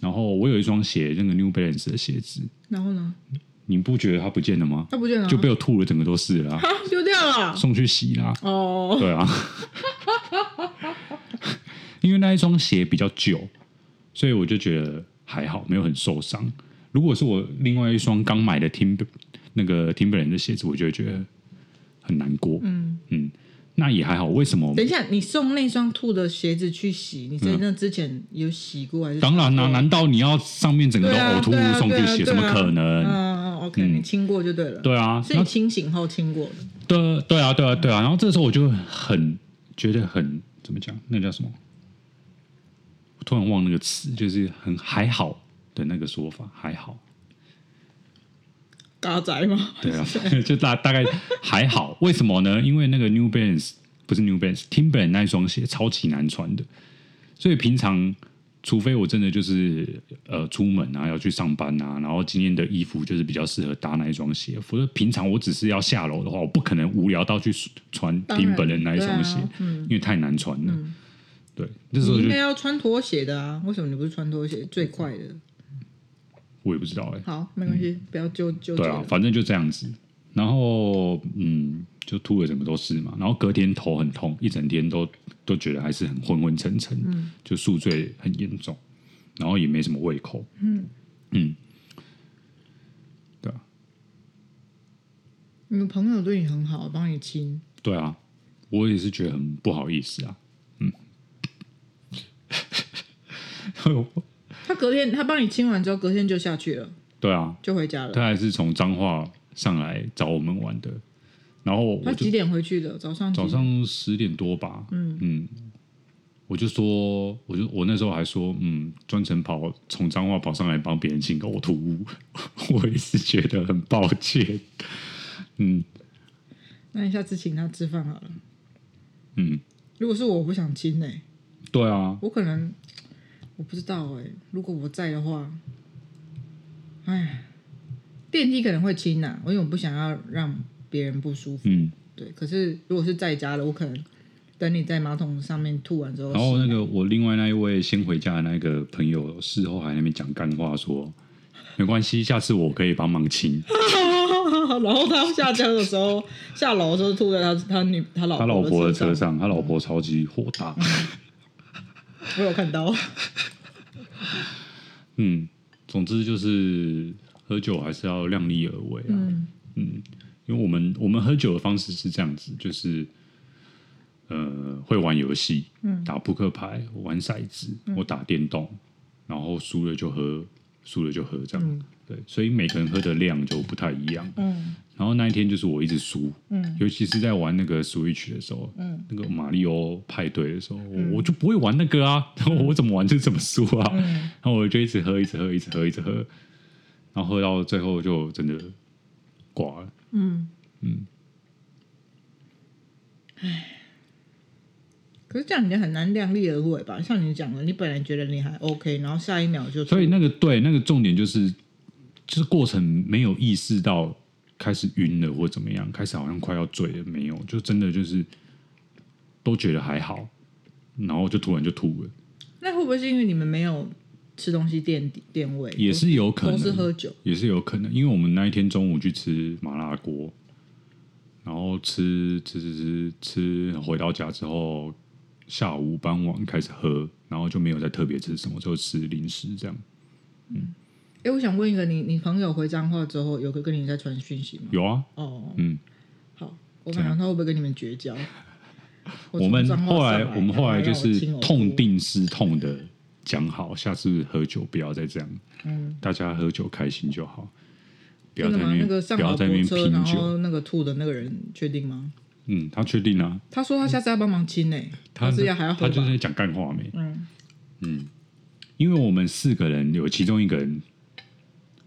然后我有一双鞋，那个 New Balance 的鞋子，
然后呢，
你不觉得它不见了吗？
他不见了啊，
就被我吐了，整个都是 了啊、
啊丢掉 了。
送去洗啦、
哦，
对啊，因为那一双鞋比较旧，所以我就觉得还好，没有很受伤。如果是我另外一双刚买的 Tim 那个 Timberland 的鞋子，我就会觉得很难过。嗯嗯，那也还好。为什么？
等一下，你送那双兔的鞋子去洗，你在那之前有洗过还是？
当然啦、啊难道你要上面整个都
对啊
呕吐
对啊
物送去
对啊
洗？
对
怎么
啊
可能？
嗯，OK，你清过就对了。
对啊，
是你清醒后清过的。
对对啊，对啊，对啊。然后这时候我就很觉得很怎么讲，那叫什么？我突然忘那个词，就是很还好的那个说法，还好。
嘎仔吗？
对啊， 就大大概还好。为什么呢？因为那个 New Balance 不是 New Balance，Timberland 那一双鞋超级难穿的，所以平常除非我真的就是呃出门啊要去上班啊，然后今天的衣服就是比较适合搭那一双鞋，否则平常我只是要下楼的话，我不可能无聊到去穿
当然
Timberland 那一双鞋，
对啊嗯
因为太难穿了。对，那时
你
候就
应该要穿拖鞋的啊！为什么你不是穿拖鞋？最快的。
我也不知道哎、
好，没关系，不要纠纠结
对啊，
了。
反正就这样子。然后嗯，就吐了整个都是嘛。然后隔天头很痛，一整天都都觉得还是很昏昏沉沉，
嗯
就宿醉很严重，然后也没什么胃口。嗯对啊，
你朋友对你很好，帮你清。
对啊，我也是觉得很不好意思啊。嗯，
他隔天他帮你清完之后，隔天就下去了，
对啊，
就回家了。
他还是从彰化上来找我们玩的。然后我
他
就
几点回去的？早上几
早
点
上十点多吧，嗯我就说，我就我那时候还说，嗯，专程跑从彰化跑上来帮别人清呕吐物， 我也是觉得很抱歉，嗯
那你下次请他吃饭好了。
嗯，
如果是我，我不想亲呢、
对啊，
我可能欸我不知道哎、如果我在的话，哎，
电梯可能会亲啊，因为我不想要让别人不舒服。
嗯，
对，可是如果是在家了，我可能等你在马桶上面吐完之后，
然后那个我另外那一位先回家的那个朋友，事后还在那边讲干话说，没关系，下次我可以帮忙清。
然后他下车的时 候，下楼的时候吐在他他女他老
他老婆的
车
车，上，他老婆超级火大。
我有看到。
嗯，总之就是喝酒还是要量力而为啊。嗯因为我们我们喝酒的方式是这样子，就是呃会玩游戏，打扑克牌，玩骰子，我打电动，然后输了就喝，输了就喝这样。对，所以每个人喝的量就不太一样。
嗯
然后那一天就是我一直输，
嗯
尤其是在玩那个 Switch 的时候，
嗯
那个马里奥派对的时候，我我就不会玩那个 啊，然后我怎么玩就怎么输啊，
嗯
然后我就一直喝，一直喝，一直喝，一直喝，然后喝到最后就真的挂了。
嗯嗯。唉，可是这样你很难量力而为吧？像你讲的，你本来觉得你还 OK，然后下一秒就
所以那个对那个重点就是，就是过程没有意识到开始晕了或怎么样，开始好像快要醉了没有，就真的就是都觉得还好，然后就突然就吐了，
那会不会是因为你们没有吃东西垫底垫位？
也是有可
都
能
是喝酒，
也是有可能，因为我们那一天中午去吃麻辣锅，然后吃吃吃吃吃，回到家之后，下午傍晚开始喝，然后就没有再特别吃什么，就吃零食这样。
哎、我想问一个，你你朋友回彰化之后，有个跟你在传讯息吗？
有啊，
哦，
嗯，
好，我本来想他会不会跟你们绝 交？
我们
从彰化
后来
上
我们后来
然
就
让我
是
亲耳
痛
哭，
定思痛的讲好，下次喝酒不要再这样，
嗯，
大家喝酒开心就好，不要
真
在
的吗？
那
那
边
个上
不要
老
在那
婆
边
车，然
拼酒。
后那个吐的那个人，确定吗？
嗯，他确定啊，
他说他下次要帮忙亲诶、
他
是要还要喝
他就是
吧？
在讲干话没？
嗯
因为我们四个人有其中一个人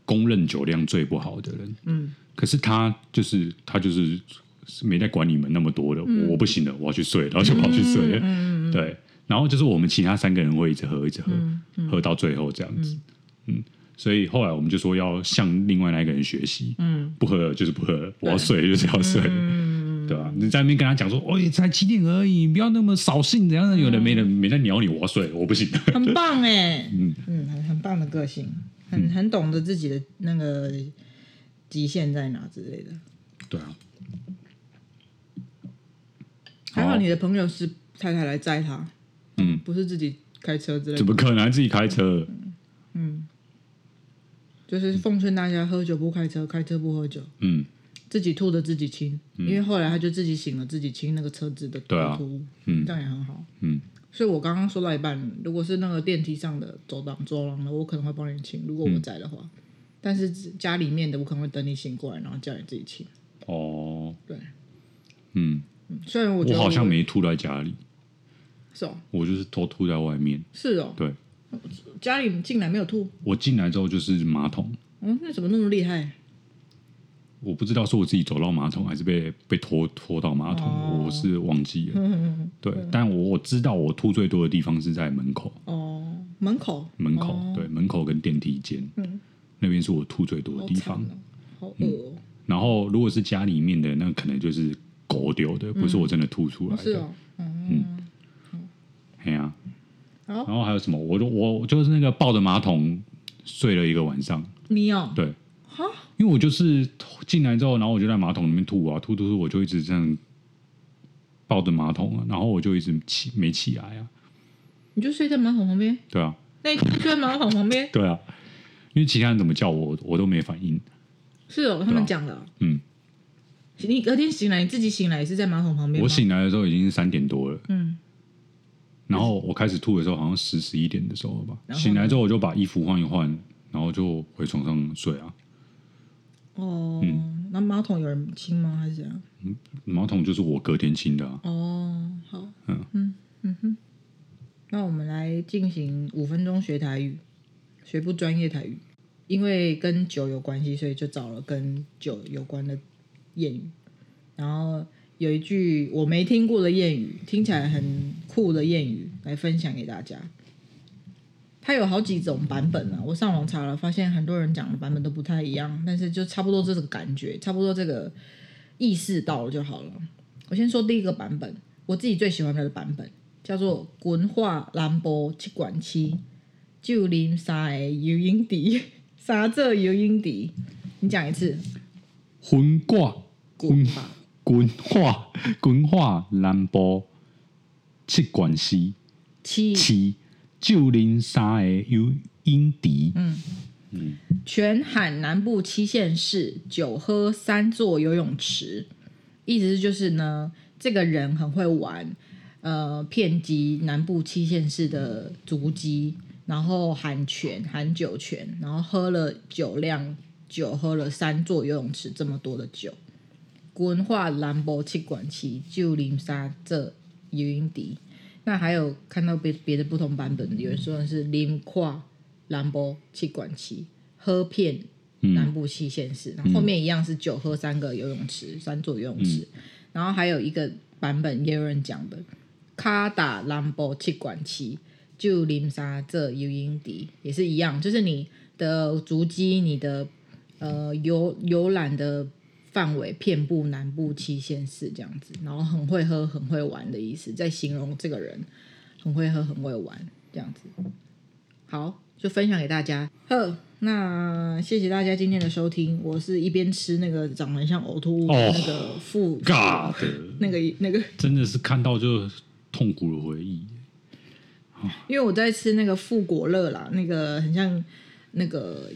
公认酒量最不好的人，
嗯，
可是他就是他就是没在管你们那么多的，
嗯
我不行了，我要去睡，然后就跑去睡了，对。然后就是我们其他三个人会一直喝，一直喝，
嗯
喝到最后这样子，嗯所以后来我们就说要向另外那一个人学习，
嗯，
不喝了就是不喝了，我要睡就是要睡，对吧、你在那边跟他讲说，哦，也才七点而已，不要那么扫兴，怎样？有的没人没在鸟你，我要睡了，我不行。
很棒诶、嗯嗯，很很棒的个性，
嗯
很很懂得自己的那个极限在哪之类的。
对啊，
还
好
好你的朋友是太太来载他，
哦嗯，
不是自己开车之 类
怎
的。
么可能自己开车？
就是奉劝大家，喝酒不开车，开车不喝酒，
嗯，
自己吐的自己清。因为后来他就自己醒了，自己清那个车子的
对啊
吐污，
嗯
这样也很好。
嗯，
所以我刚刚说到一半，如果是那个电梯上的走廊走廊的，我可能会帮你清，如果我在的话。
嗯
但是家里面的，我可能会等你醒过来，然后叫你自己清。
哦，
对，
嗯，
嗯虽然我觉
我
得
好像没吐在家里，
是哦，
我就是偷吐在外面。
是哦，
对
家里进来没有吐，
我进来之后就是马桶，
嗯，那怎么那么厉害？
我不知道是我自己走到马桶，还是被被拖拖到马桶，我是忘记了。
嗯
对，但我我知道我吐最多的地方是在门口，
哦，门口，
门口、
哦
对，门口跟电梯间，那边是嗯我吐最多的
好
地
惨
方。嗯
哦，好饿哦，
然后如果是家里面的，那可能就是狗丢的，不是我真的吐出来
嗯是
的。
哦，
哎呀、
好
然后还有什么？我就我就是那个抱着马桶睡了一个晚上，
你哦，
对，因为我就是进来之后，然后我就在马桶里面吐啊，吐吐吐，我就一直这样抱着马桶啊，然后我就一直起没起来啊，
你就睡在马桶旁边，
对啊，
那你就睡在马桶旁边，
对啊，因为其他人怎么叫我，我都没反应，
是哦，他
对啊
们讲的哦、
嗯，
你隔天醒来，你自己醒来也是在马桶旁边吗？
我醒来的时候已经是三点多了，
嗯，
然后我开始吐的时候好像十十一点的时候吧，
然后呢
醒来之后我就把衣服换一换，然后就回床上睡啊，
哦，
嗯
那马桶有人亲吗？还是怎样？
马桶就是我隔天清的啊，
哦，好，
嗯
嗯嗯哼，那我们来进行五分钟学台语，学不专业台语，因为跟酒有关系，所以就找了跟酒有关的谚语。然后有一句我没听过的谚语，听起来很酷的谚语，来分享给大家。它有好几种版本啊，我上网查了，发现很多人讲的版本都不太一样，但是就差不多这个感觉，差不多这个意识到了就好了。我先说第一个版本，我自己最喜欢的版本叫做“滚化兰博七管七”，就啉啥的游泳池，啥这游泳池？你讲一次，
魂挂
滚吧，
滚化滚化兰博七管西
嗯七
七九零三的有英迪，
嗯全海南部七县市九喝三座游泳池，意思就是呢，这个人很会玩，呃，遍及南部七县市的足迹，然后含泉、含酒泉，然后喝了酒量酒，喝了三座游泳池这么多的酒。文化兰博七管七旧林沙这游泳迪，那还有看到别别的不同版本，有人说的是林跨兰博七管七喝遍南部七县市，然后后面一样是九喝三个游泳池，三座游泳池，然后还有一个版本也有人讲的卡达兰博七管七旧林沙这游泳迪也是一样，就是你的足迹，你的呃游游览的范围遍布南部七县市这样子，然后很会喝、很会玩的意思，在形容这个人很会喝、很会玩这样子。好，就分享给大家。呵，那谢谢大家今天的收听。我是一边吃那个长得很像呕吐物的那个副、
尬的，
那个那个，
真的是看到就痛苦的回忆。
因为我在吃那个富果乐啦，那个很像那个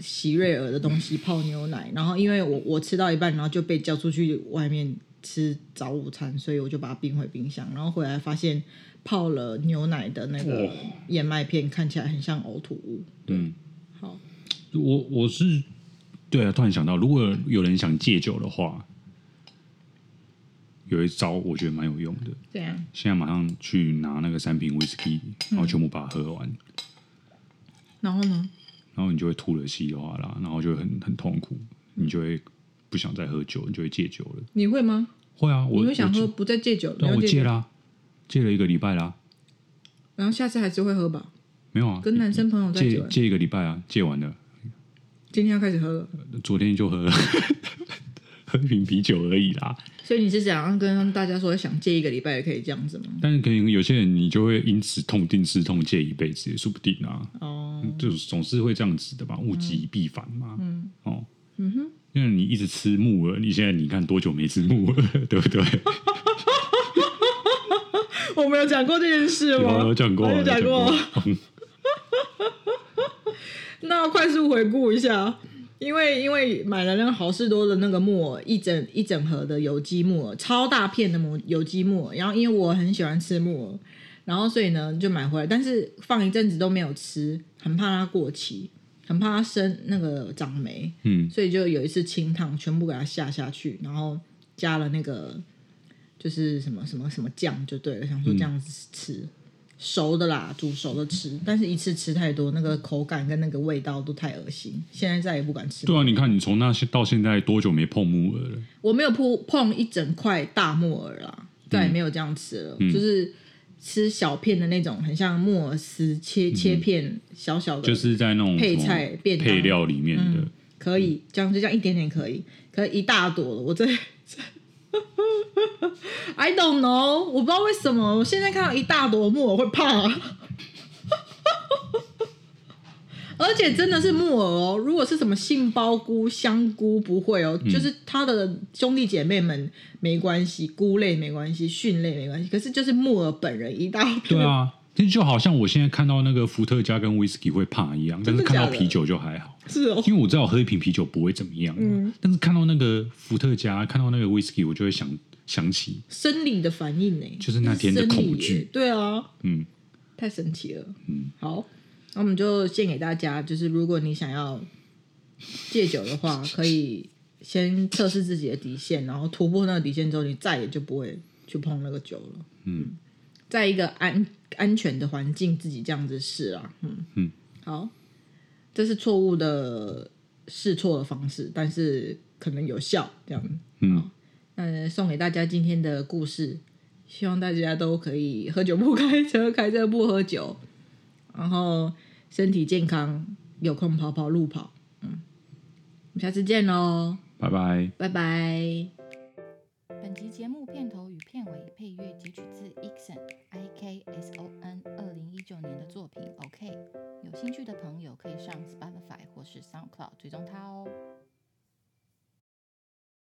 喜瑞尔的东西泡牛奶，然后因为我我吃到一半，然后就被叫出去外面吃早午餐，所以我就把它冰回冰箱，然后回来发现泡了牛奶的那个
哦
燕麦片看起来很像呕吐物。
嗯，
好，
我我是对啊，突然想到，如果有人想戒酒的话，有一招我觉得蛮有用的，
这样
现在马上去拿那个三瓶威士忌，然后全部把它喝完，
然后呢？
然后你就会吐了稀里哗啦，然后就会很很痛苦，你就会不想再喝酒，你就会戒酒了。
你会吗？
会啊，我
你会想
我
喝
戒
不再戒酒，你
对啊，
要
我戒
酒，
啦，戒了一个礼拜啦，
然后下次还是会喝吧？
没有啊，
跟男生朋友在一起
戒
玩，
戒一个礼拜啊，戒完了，
今天要开始喝了，
昨天就喝了， 喝一瓶啤酒而已啦。
所以你是想要跟大家说想戒一个礼拜也可以这样子吗？
但是可能有些人你就会因此痛定思痛，戒一辈子也说不定啊，
哦、嗯
就总是会这样子的吧，物极必反嘛。嗯，哦，嗯哼，因为你一直吃木耳，你现在你看多久没吃木耳， 对不对？
我们有讲过这件事吗？
有哦讲过，啊
啊我有
有
讲过。
过。
那快速回顾一下，因为因为买了那个好事多的那个木耳，一整一整盒的有机木耳，超大片的木有机木耳。然后因为我很喜欢吃木耳，然后所以呢就买回来，但是放一阵子都没有吃，很怕它过期，很怕它生那个长霉。
嗯，
所以就有一次清烫，全部给它下下去，然后加了那个就是什么什么什么酱就对了，想说这样子吃、熟的啦，煮熟的吃，但是一次吃太多，那个口感跟那个味道都太恶心，现在再也不敢吃。
对啊，你看你从那些到现在多久没碰木耳了？
我没有碰碰一整块大木耳
嗯
啦，再也没有这样吃了，就是。吃小片的那种，很像木耳丝切切片，小小的，
嗯就是在那种
配
什么
菜便当嗯
配料里面的，
可
嗯
以，这样就这样一点点可以，可以一大朵了。我这 ，I don't know，我不知道为什么，我现在看到一大朵木耳会怕， 而且真的是木耳哦。如果是什么杏鲍菇、香菇不会哦，
嗯
就是它的兄弟姐妹们没关系，菇类没关系，蕈类没关系，可是就是木耳本人一大片，
对啊。其实就好像我现在看到那个伏特加跟威士忌会怕一样，但是
真的
看
假
到
的
啤酒就还好。
是哦，
因为我知道我喝一瓶啤酒不会怎么样、但是看到那个伏特加，看到那个 whisky，我就会想想起，
生理的反应呢，
就是那天的
生理
恐惧
耶对啊，
嗯，
太神奇了。嗯，好，那我们就献给大家，就是如果你想要戒酒的话，可以先测试自己的底线，然后突破那个底线之后，你再也就不会去碰那个酒了。嗯，在一个安安全的环境，自己这样子试啊。嗯
嗯，
好，这是错误的试错的方式，但是可能有效这样。
嗯，
那呃送给大家今天的故事，希望大家都可以喝酒不开车，开车不喝酒，然后身体健康，有空跑跑路跑。嗯，我们下次见喽，
拜拜。
拜拜。
本集节目片头与片尾配乐截取自 Ixon I K S O N 二零一九年的作品 OK。有兴趣的朋友可以上 Spotify 或是 SoundCloud 追踪他哦。